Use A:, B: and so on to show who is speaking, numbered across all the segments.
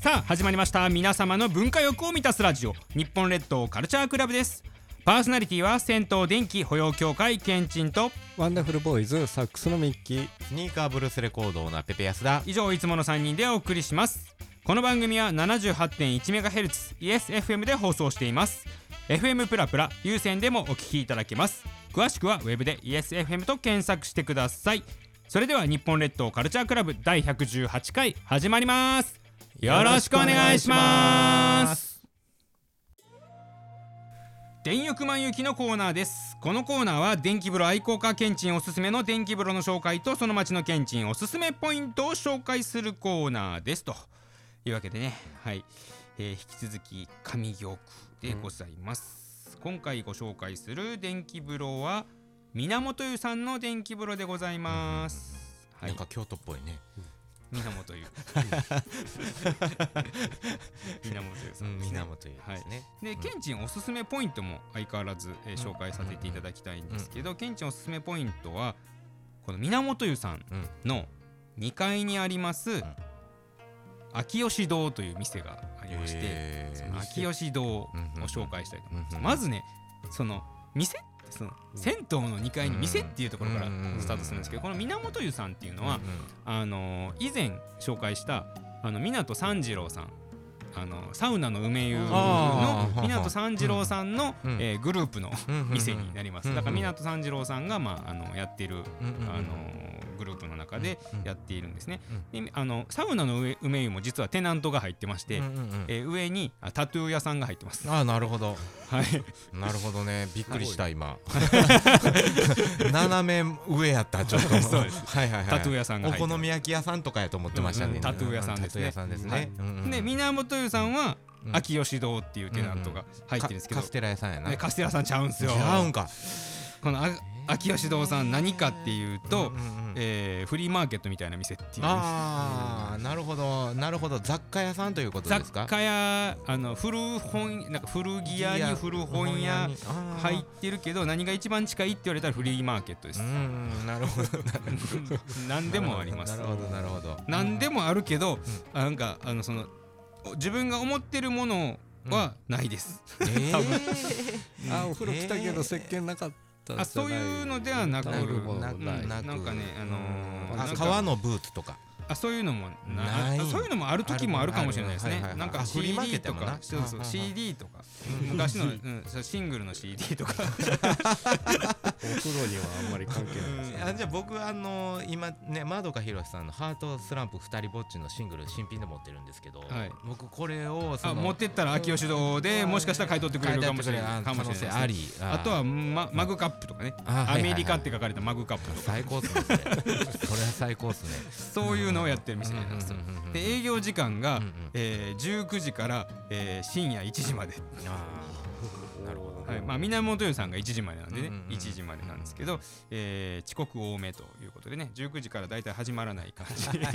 A: さあ始まりました皆様の文化欲を満たすラジオ日本列島カルチャークラブですパーソナリティは銭湯電気保養協会けんちんと
B: ワンダフルボーイズサックスのミッキー
C: スニーカーブルースレコードなペペヤスだ
A: 以上いつもの3人でお送りしますこの番組は 78.1MHz ESFM で放送しています FM プラプラ有線でもお聞きいただけます詳しくはウェブで ESFM と検索してくださいそれでは日本列島カルチャークラブ第118回始まりますよろしくお願いします電浴満雪のコーナーですこのコーナーは電気風呂愛好家ケンチンおすすめの電気風呂の紹介とその町のケンチンおすすめポイントを紹介するコーナーですというわけでねはい、えー引き続き上行区でございます、今回ご紹介する電気風呂は源湯さんの電気風呂でございます、は
C: なん
A: い
C: か京都っぽいね
A: 源 湯源湯さんですね
C: 源いうですね
A: で、ケンチンおすすめポイントも相変わらず、えー紹介させていただきたいんですけど、ケンチンおすすめポイントはこの源湯さん
C: うん
A: の2階にあります、秋吉堂という店がありまして、
C: へー
A: その秋吉堂を紹介したいと思います、
C: うんうん
A: まずねその店ってその銭湯の2階に店っていうところからスタートするんですけどこの源湯さんっていうのは、あの以前紹介したあの湊三次郎さんあのサウナの梅湯の
C: あー
A: 湊三次郎さんの、
C: うん
A: えーグループの
C: うんうんうん
A: 店になります、
C: うんうん
A: だから湊三次郎さんが、まあ、あのやってる、
C: うんうんうん
A: あのグループの中でやっているんですね、
C: う
A: であのサウナの梅梅湯も実はテナントが入ってまして、
C: うんうんうん
A: えー上にあタトゥー屋さんが入ってます。は
C: ああなるほど
A: い、
C: なるほどねびっくりした今 斜め上やったちょっと
A: そうです
C: はいはいはい
A: タトゥー屋さんが
C: お
A: 入って
C: 好
A: ます
C: み焼き屋さんとかやと思ってました
A: うんう
C: ね
A: んタトゥー屋さんですね
C: タトゥー屋さんです
A: はい
C: ねうんうんうん
A: で源湯さんは、
C: うん
A: 秋吉堂っていうテナントが入ってるんですけど、
C: カステラ屋さんやな
A: ねカステラさんちゃうんですよ。
C: 違うんか
A: このあ秋吉堂さん何かっていうと、
C: うんうんうん
A: えーフリーマーケットみたいな店っていう
C: ああなるほどなるほど雑貨屋さんということで
A: 雑
C: すか
A: 貨屋あの古本なんか古着屋に古本屋
C: にあー
A: 入ってるけど何が一番近いって言われたらフリーマーケットです
C: う。 んなるほど
A: 何でもあります
C: なる。ほどなるほど
A: 何でもあるけど、なんかあのその自分が思ってるものはないです。
C: えー
B: あお風呂来たけ
C: えー
B: ど石鹸なかったんじゃない
A: あそういうのではなく
B: タオルも
C: な
B: な
C: く
B: く
C: な
A: なんかねあのー
C: あ
A: なんか
C: 革のブーツとか
A: あそういうのもな
C: ない
A: あそういうのもある時もあるかもしれないです
C: あ
A: ね
C: るあ。る
A: なんか
C: あフリーマーケ
A: CD
C: ット
A: と
C: やもん
A: か
C: な
A: そうそう
C: あああ
A: CD とか昔の、うん、そうシングルの CD とか
B: お風呂にはあんまり関係ないです
C: あじゃあ僕あのー今ねまどかひろしさんの「ハートスランプ二人ぼっち」のシングル新品で持ってるんですけど、
A: はい
C: 僕これをそ
A: あ
C: の
A: 持ってったら秋吉堂でもしかしたら買い取ってくれるかもしれない
C: 買
A: か
C: 取って
A: も
C: く
A: し
C: れ
A: れ
C: る
A: ない
C: 可能性あ
A: ですね
C: り
A: あとはママグカップとかね
C: あ
A: ア
C: はいはいはい
A: メリカって書かれたマグカップとか
C: 最高っすねそれそれは最高っすね
A: そういうのをやってる店なんですよ
C: うんうんうんうん
A: で営業時間が
C: んうん
A: えー19時からえー深夜1時まで
C: あ
B: なるほど
A: はいまあ、源湯さんが1時までなんでね、
C: うんうんうん
A: 1時までなんですけど、えー遅刻多めということでね19時からだいたい始まらない感じ
C: ーはいは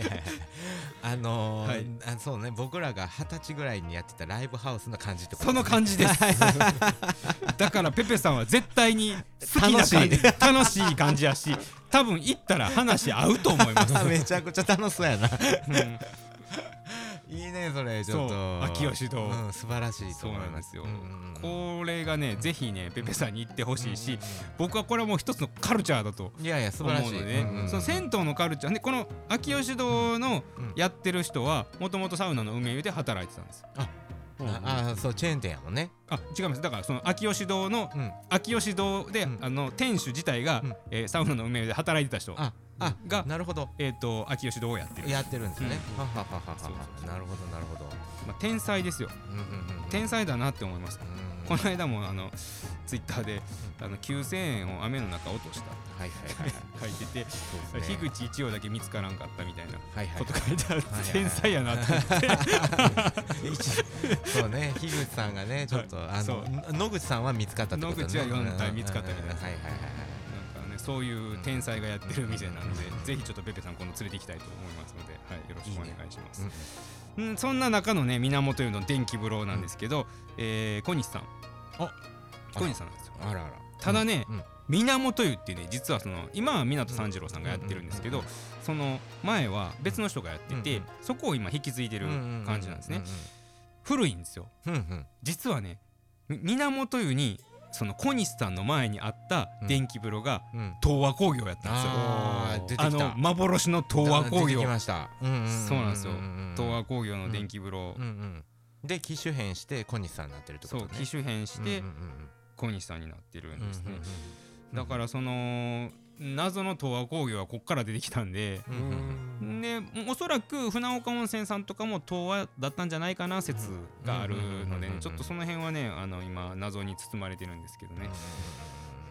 C: いはいあのー
A: はい
C: あそうね僕らが二十歳ぐらいにやってたライブハウスの感じってこと
A: その感じです だからペペさんは絶対に好きだし楽
C: 楽
A: しい感じやし多分行ったら話合うと思います、
C: あめちゃくちゃ楽しそうやないいねそれちょっ
A: そう
C: と
A: 秋吉堂
C: うん素晴らしいと
A: そう
C: 思
A: ないん
C: ま
A: ですすよ、
C: うんうん
A: これがねぜひねペペさんに行ってほしいし、
C: うんうん
A: 僕はこれはもう一つのカルチャーだと
C: うんいやいや素
A: 思う
C: 晴ら
A: の
C: しい
A: でね、
C: うんうん
A: その銭湯のカルチャーでこの秋吉堂の
C: うん
A: やってる人はもともとサウナの梅湯で働いてたんです
C: ああそうチェーン店やもんね
A: あ違いますだからその秋吉堂の
C: うん
A: 秋吉堂で、
C: うん
A: あの店主自体が、
C: うん
A: えーサウナの梅湯で働いてた人
C: ああ
A: が
C: なるほど
A: えっ、と秋吉堂をやってる、
C: やってるんですねははははは
A: そうそうそう
C: なるほどなるほど
A: まあ、天才ですよ
C: うんうんうん
A: 天才だなって思います、
C: うんうんうん
A: この間もあのツイッターであの9000円を雨の中落とした
C: はいはいはい
A: 書いてて、
C: そうですね
A: 樋口一葉だけ見つからんかったみたいな
C: はいはい
A: こと書いてある、
C: はいはい
A: 天才やなって
C: そうね、樋口さんがね、ちょっと、あ
A: そう
C: の、野口さんは見つかったってことね。
A: 野口は四体見つかったみ
C: み
A: たいな
C: たいな。はいはいはい
A: なんかね、そういう天才がやってる店なので、ぜひちょっとペペさん、今度連れて行きたいと思いますので、はい、よろしくお願いします。
C: いいね
A: うん、そんな中のね、源湯の電気風呂なんですけど、えー小西さん。
C: あ
A: 小西さんなんですよ。
C: はい。あらあら。
A: ただね、
C: うん
A: 源湯っていうね実はその今は湊三次郎さんがやってるんですけど、
C: うん
A: その前は別の人がやってて、
C: うんうん
A: そこを今引き継いでる感じなんですね、古いんですよ
C: うんうんうんうん
A: 実はねみ源湯にその小西さんの前にあった電気風呂が
C: うんうん
A: 東和工業やったんですよ、
C: あー出てきた
A: あの幻の東和工
C: 出て
A: 業
C: きました
A: そうなんですよ東
C: 和
A: 和工業の電気風呂、
C: で機種変して小西さんになってるって
A: そ
C: こと
A: う
C: ね
A: 機種変して
C: うんうんうん
A: 小西さんになってるんですね、
C: うんうんうん
A: だからその謎の東和工業はこっから出てきたんで、
C: うんうんうん
A: でおそらく船岡温泉さんとかも東和だったんじゃないかな説があるので
C: うんうんうんうんう
A: ね
C: ん
A: ちょっとその辺はねあの今謎に包まれてるんですけどね、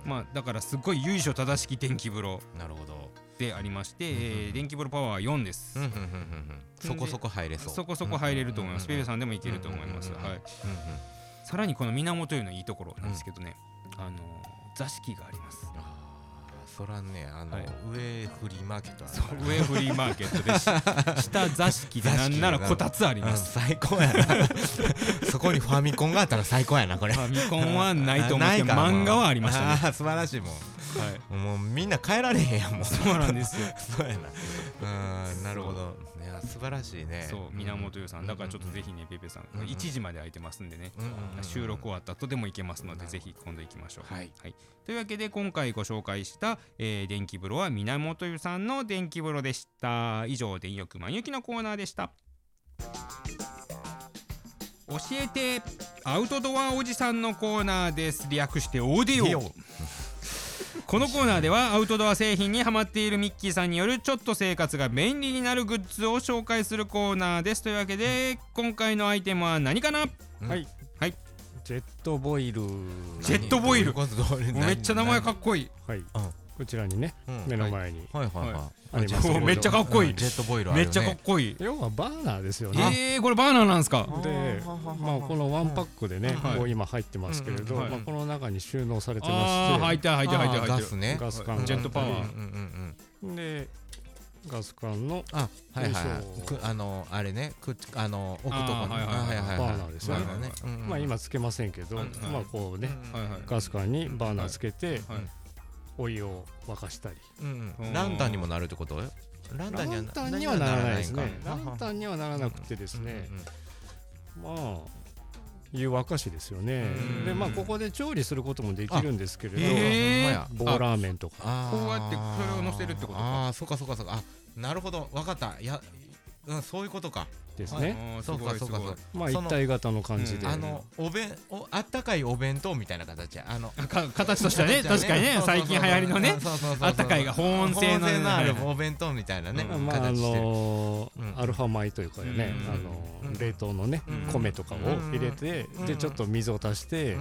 A: まあだからすっごい由緒正しき電気風呂
C: なるほど
A: でありまして、え
C: うんう
A: ー
C: ん
A: 電気風呂パワー4で
C: う
A: す、
C: んうんうんうんうんそこそこ入れそう
A: そこそこ入れると思います、
C: うんうんうん
A: ペペさんでもいけると思います、
C: うんうんうん
A: はいさらにこの源湯のいいところなんですけどね、あの座敷があります
C: あーそらねあの
A: はい
C: 上フリーマーケットある
A: そう上フリーマーケットでし 下座敷でなんならこたつあり
C: う
A: ま
C: ん
A: す
C: 最高 やなそこにファミコンがあったら最高やなこれ
A: ファミコンはないと思う
C: な
A: け
C: い
A: ど
C: から
A: 漫画はありましたね
C: あー素晴らしいも
A: はい
C: んもうみんな帰られへんやんもうそ
A: そうなん ですよ
C: うやなうんなるほどいや素晴らしいね
A: そう源湯さんだからちょっとぜひねペペさん
C: うんうん
A: 1時まで空いてますんでね
C: うんうんうん
A: 収録終わった後でも行けますの
C: な
A: で
C: るほど
A: ぜひ今度行きましょう
C: はい
A: というわけで今回ご紹介した、えー電気風呂は源湯さんの電気風呂でした以上電浴満雪のコーナーでした教えてアウトドアおじさんのコーナーです略してオーディオこのコーナーではアウトドア製品にハマっているミッキーさんによるちょっと生活が便利になるグッズを紹介するコーナーですというわけで今回のアイテムは何かな
B: はい
A: はい
B: ジェットボイル
A: ジェットボイル
C: 何どういうこと
A: めっちゃ名前かっこいい
B: はいこちらにね
C: うん
B: 目の前に
C: はいはい
A: は
C: は
B: あり
C: い
B: ますけど
A: めっちゃかっこいい
C: うんジェットボイルある
A: め
C: よ
A: っ
C: ね
A: ちゃかっこいい
B: 要はバーナーですよね
A: えー、これバーナーなんですか
B: で
C: はははは
B: まあこのワンパックでね
A: はい
B: こう今入ってますけれど
A: うんうんはい
B: まあこの中に収納されて
A: ああ
B: ま
A: 入
B: し
A: ってる入ってる入ってる
C: あー
A: 入っ
C: ガ
A: て
C: ス
A: る
C: ね
B: てガス管
A: ジェットパワー
C: うんうんうんうん
B: ーでガス管の
C: あはいはいは
B: よいし
C: い
B: ょ
C: くあのあれねくあの置くとこの
A: あーはいはいはい
C: あ
B: バーナーですよね
C: バナーね
B: まあ今つけませんけど
A: はい
B: まあこうね
A: はいはい
B: ガス管にバーナーつけて
A: はい
B: お湯を沸かしたり
C: うん
A: うん
C: ランタンにもなるってことラン
B: ラ
C: タンには
B: ンタンにはならないですねラ
C: 何にもならないん
B: ン
C: か
B: タンにはならなくてですね、
C: うんうん
B: まあ湯沸かしですよね
A: うん
B: でまあここで調理することもできるんですけれ
A: あ
B: ど
A: えー
C: あほんま
B: 棒
C: や
B: ラーメンとか
C: あ
A: こうやってそれを乗せるってことか
C: ああそうかそうかそうかあなるほどわかったいやうんそういうことか
B: です
A: あ
B: ね、
A: ーす
C: そう
A: ご
C: か
A: い
C: そうかそう
A: すご
C: か
A: い
B: まあ
C: そ
B: 一
C: の
B: 体型の感じで、
A: うん
C: あのお弁おあったかいお弁当みたいな形やあの
A: あか形としてはね確かにね最近流行りのねあったかいが
C: 本
A: 保温性のね
C: のあるお弁当みたいなね、
A: うん
B: まああ
C: 形してる、
B: の
C: うん
B: アルファ米というかね、
A: うん
B: あの
C: うん
B: 冷凍のね、
C: うん
B: 米とかを入れて、
C: うん
B: でちょっと水を足して、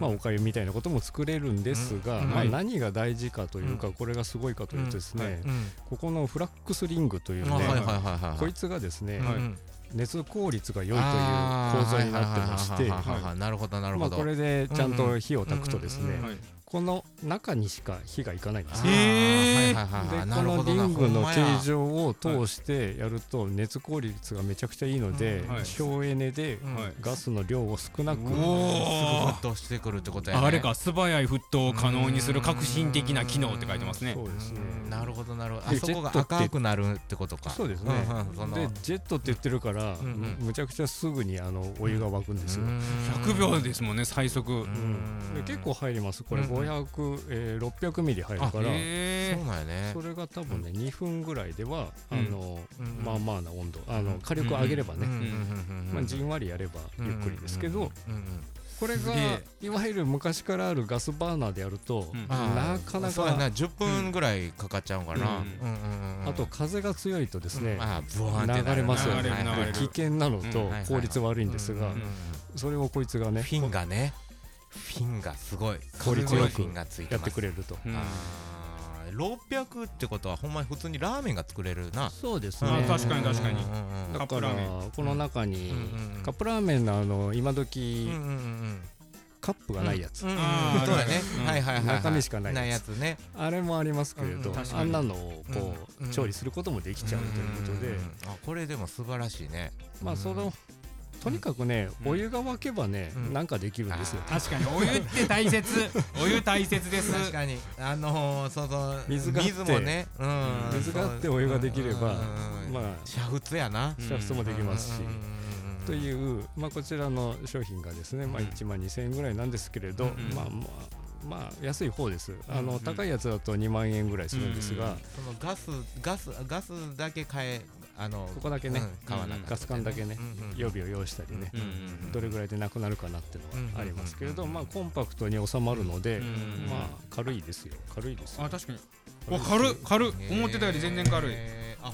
B: まあ、おかゆみたいなことも作れるんですが、
C: うん
B: まあ、
A: はい
B: 何が大事かというか、
C: う
B: これがすごいかというとですね、
A: うんはい
C: うん
B: ここのフラックスリングというね、
C: あはいはいはいはい
B: こいつがですね、
A: はい
B: 熱効率が良いという
C: あー
B: 構造になってまして、
C: はいはいはいはいはいなるほどなる
B: ま
C: ほ
B: あ、
C: ど、
B: これでちゃんと火を焚くとです
C: うんうんうん
B: ね
A: はい
B: この中にしか火がいかないんです
A: あ
B: ね。
A: へー
C: あーはいはいはいはい
B: でこ
C: なるほ
B: の
C: ど
B: リ
C: な
B: ングの
C: ほんまや
B: 形状を通してやると熱効率がめちゃくちゃいいので
C: うん
A: はい
B: 省エネで
C: うん
A: はい
B: ガスの量を少なく
A: うおー
C: すぐ沸騰してくるってことやね
A: あれか素早い沸騰を可能にする革新的な機能って書いてますね
B: そうですね
C: うんなるほどなるほどあ
B: で
C: そこが
B: ジェットって
C: 赤くなるってことか
B: そうですね
C: んうんその
B: でジェットって言ってるから
C: うんうん
B: むちゃくちゃすぐにあのお湯が沸くんですよ
C: う。ん
A: 100秒ですもんね最速
B: うんで結構入りますこれ
C: うんうん
B: 500、えー600ミリ入るから
A: え
C: そうなんやね
B: それが多分ね2分ぐらいではあ
A: うん
B: の
C: うん
B: まあまあな温度あの火力を上げればね
C: うんうんうんうん
B: まあじんわりやればゆっくりですけど
C: うんうんうん
B: これが
A: すげえ
B: いわゆる昔からあるガスバーナーでやると、
A: うん
C: あ
B: な
C: ー
B: かな
C: そうやな
B: か
C: 10分ぐらいかかっちゃうかな
A: う
C: うんんうんうん
B: あと風が強いとですね、
C: あーブワーンってなる
B: 流れますよね
C: はいはいはい
A: 流れる
B: 危険なの
A: うん
B: と
C: はいはい
B: 効率悪いんです
C: う
B: が、
C: んうんうん
B: それをこいつがね
C: フィンがねフィンがすごい
B: 効率よく
C: フィンがついて
B: やっ
C: ま
B: て
C: す
B: くれると、
A: うん
C: あー600ってことはほんまに普通にラーメンが作れるな
B: そうです
A: ねあ確かに確かに
C: うんうんう
A: カッ
C: ん
B: だ
A: プ
B: か
A: ラ
B: ら
A: ーメン
B: この中に、
C: うんうんうん
B: カップラーメンのあの今
C: うん
B: 時、
C: うんうん
B: カップがないやつ、
C: うんうん
A: あー
C: そうやね
A: うん
C: はいはいはいはい
B: 中身しかないやつ
C: ないやつね
B: あれもありますけれど、
C: うん確
A: かに
B: あんなのをこう、
C: うん
B: 調理することもできちゃうということで、
C: んんんあこれでも素晴らしいね
B: まあそのとにかくね、
A: うん
B: お湯が沸けばね、
C: うん
B: なんかできるんですよ。
A: 確かにお湯って大切お湯大切です
C: 確かにあのー、そうそう
B: 水があって
C: もね、うん、
B: 水があってお湯ができれば
C: うん
B: まあ
C: 煮沸やな、
B: 煮沸もできますし
C: うんうんうんうん
B: という、まあ、こちらの商品がですね、まあ、
A: うん
B: 1万2000円ぐらいなんですけれ
A: う
B: ど、
A: ん
B: まあまあ、まあ、安い方ですあ
A: うんう
B: の
A: ん
B: 高いやつだと2万円ぐらいするんです
A: う
B: が、
A: ん
C: そのガスガスガスだけ変えあの
B: ここだけね、
C: うん買わなかった
B: ガス管だけね、
C: うんうん
B: 予備を用意したりね、
A: うんうん
B: どれぐらいでなくなるかなっていうのがありますけれど、
C: うんうんうん
B: まあ、コンパクトに収まるので、
A: うん
B: まあ、軽いですよ軽いですよ
A: あ確かにわ軽い軽い思ってたより全然軽い
C: えーあ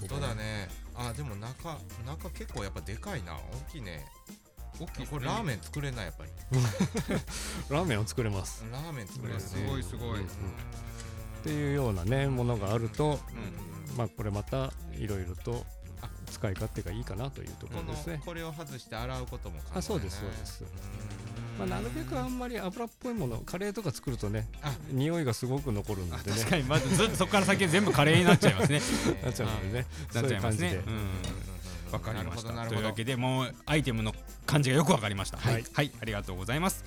C: 本当だねあでも中中結構やっぱでかいな大きいね
A: 大きい
C: これラーメン作れないやっぱり
B: ラーメンを作れます
C: ラーメン作
A: う
C: れるね
A: んすごいすごい
C: うん
B: っていうようなねものがあると、
C: うん
B: まあ、これまたいろいろと
C: あ
B: 使い勝手がいいかなというとこ
C: こ
B: ろです
C: の
B: ね。
C: これを外して洗うことも可能だね
B: あそうですそうです、まあ、なるべくあんまり油っぽいものカレーとか作るとね
C: あ
B: 匂いがすごく残るのでね
A: 確かにまずずっとそこから先全部カレーになっちゃいますね
B: なっちゃうのでね
A: な
B: そ
A: っ
B: う
A: ち
B: い
A: ゃいうま
B: 感
A: す
B: じで、
A: ね うんわかりました。とい
C: なるほど
A: う
C: な
A: わ
C: るほど
A: けでもうアイテムの感じがよくわかりました。
B: はい
A: はい、ありがとうございます。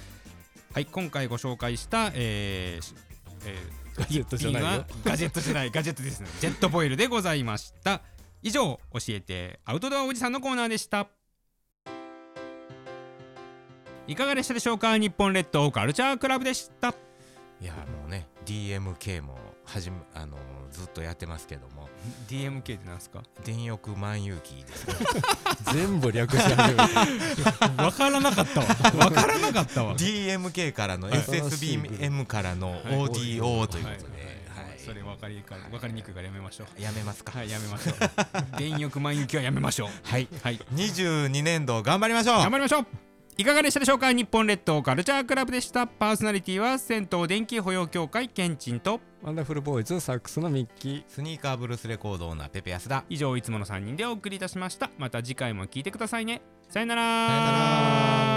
A: はい、今回ご紹介した、えーしえー
B: ガジェットじゃないよ
A: B はガジェットじゃない、ガジェットですね。ジェットボイルでございました。以上、教えてアウトドアおじさんのコーナーでした。いかがでしたでしょうか日本列島カルチャークラブでした。
C: いやもうね DMK もはじめあのずっとやってますけども
A: DMK ってなんですか
C: 電浴万有機ですね
B: 全部略してあげる
A: わからなかったわ。わからなかったわ。
C: DMK からの
B: はい
C: SSBM からの ODO ということで
A: はい
C: はい
A: それ分かりか分かりにくいからやめましょう。
C: やめますか
A: はい、やめましょう。 電力満行きはやめましょう。
C: はい
A: はい、
C: 22年度頑張りましょう
A: 頑張りましょう。いかがでしたでしょうか。日本列島カルチャークラブでした。パーソナリティは銭湯電気保養協会ケンチンと
B: ワンダフルボーイズサックスのミッキー
C: スニーカーブルースレコードオーナーペペ安田
A: 以上いつもの3人でお送りいたしました。また次回も聞いてくださいね。さよなら。
C: さよなら